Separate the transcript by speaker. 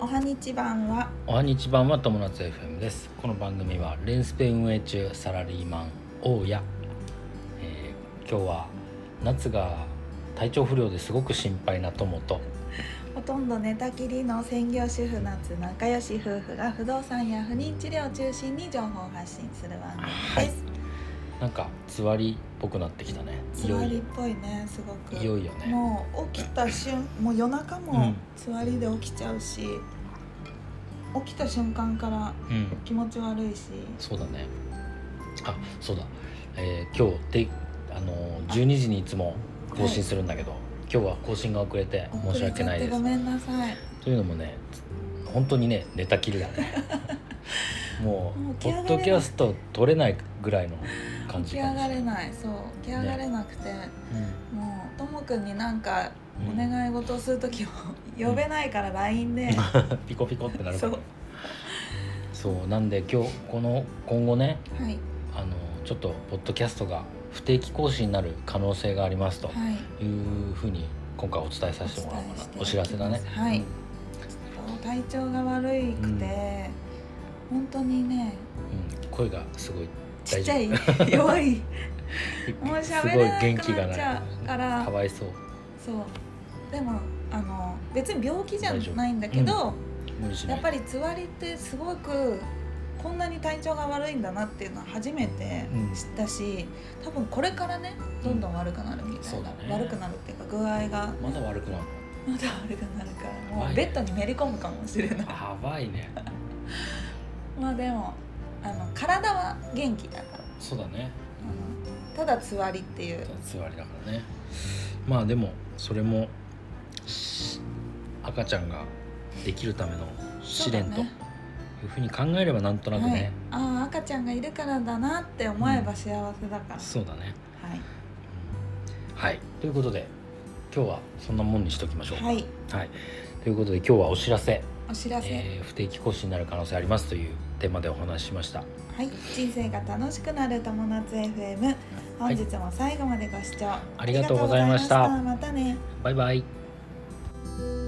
Speaker 1: おはにちばんは
Speaker 2: おはにちばんは友達 FM ですこの番組はレンスペ運営中サラリーマン大家、えー今日は夏が体調不良ですごく心配な友と
Speaker 1: ほとんど寝たきりの専業主婦夏仲良し夫婦が不動産や不妊治療を中心に情報を発信する番組です、
Speaker 2: なんかつわりっぽくなってきたね
Speaker 1: つわりっぽいねすごく
Speaker 2: いよいよいよね
Speaker 1: もう起きた瞬もう夜中
Speaker 2: う
Speaker 1: も
Speaker 2: ん
Speaker 1: つわりで起きちゃうし、起きた瞬間から
Speaker 2: うん
Speaker 1: 気持ち悪いし
Speaker 2: そうだねあそうだ、えー今日であのー12時にいつも更新するんだけど、今日は更新が遅れて申し訳ない
Speaker 1: 遅れちゃっ
Speaker 2: で
Speaker 1: てご
Speaker 2: す
Speaker 1: めんなさい
Speaker 2: というのもね本当にね寝たきりだね
Speaker 1: も
Speaker 2: も
Speaker 1: う
Speaker 2: う
Speaker 1: 起き
Speaker 2: ポ
Speaker 1: 上がれな
Speaker 2: ッ
Speaker 1: い
Speaker 2: ドキャスト撮れないぐらいの感
Speaker 1: 起
Speaker 2: じ
Speaker 1: き
Speaker 2: か
Speaker 1: 上
Speaker 2: もし
Speaker 1: が
Speaker 2: れ
Speaker 1: れ
Speaker 2: ない、
Speaker 1: ないそう起き上がれなくて、もうともくんになんか
Speaker 2: うん
Speaker 1: お願い事をする時も呼べないから LINE で、
Speaker 2: うんピコピコってなるから、ね、そうなんで今日この今後ね
Speaker 1: はい
Speaker 2: あのちょっとポッドキャストが不定期更新になる可能性がありますと
Speaker 1: はい
Speaker 2: いうふうに今回お伝えさせてもらおうかなお
Speaker 1: お伝えして
Speaker 2: 知らせだね
Speaker 1: はい体調が悪いくて、本当にね
Speaker 2: うん、声がすごい
Speaker 1: ちっちゃ い弱い もう
Speaker 2: す
Speaker 1: 喋
Speaker 2: ご
Speaker 1: れ
Speaker 2: い元
Speaker 1: な
Speaker 2: 気
Speaker 1: く
Speaker 2: が
Speaker 1: なっち
Speaker 2: な
Speaker 1: ゃうから
Speaker 2: いかわいそう
Speaker 1: そうでもあの別に病気じゃないんだけ
Speaker 2: 大
Speaker 1: ど、
Speaker 2: 無理しな
Speaker 1: や
Speaker 2: い
Speaker 1: っぱりつわりってすごくこんなに体調が悪いんだなっていうのは初めて知ったし、多分これからねどんどん悪くなるみた
Speaker 2: そ
Speaker 1: いうな、
Speaker 2: だね
Speaker 1: 悪くなるっていうか具合がまだ
Speaker 2: まだ悪くなる
Speaker 1: 悪くなるからも
Speaker 2: やばい
Speaker 1: う
Speaker 2: ね
Speaker 1: ベッドにめり込むかもしれ ない
Speaker 2: やばいね
Speaker 1: まあでもあの体は元気だから
Speaker 2: そうだね
Speaker 1: あのただつわりっていう
Speaker 2: つわりだからねまあでもそれもし赤ちゃんができるための試練と
Speaker 1: そうだ
Speaker 2: い
Speaker 1: ね
Speaker 2: うふうに考えればなんとなく
Speaker 1: はい
Speaker 2: ね、、
Speaker 1: ああ赤ちゃんがいるからだなって思えば幸せだから、
Speaker 2: そうだね
Speaker 1: はい
Speaker 2: うんはいということで今日はそんなもんにしときましょうか
Speaker 1: はい
Speaker 2: はい、ということで今日はお知らせ
Speaker 1: お知らせ、
Speaker 2: えー不定期更新になる可能性ありますというテーマでお話ししました
Speaker 1: はい、人生が楽しくなる友達 FM 本
Speaker 2: い
Speaker 1: 日も最後までご視聴、
Speaker 2: ありがとうございました
Speaker 1: ありがとうございましたまたね
Speaker 2: バイバイ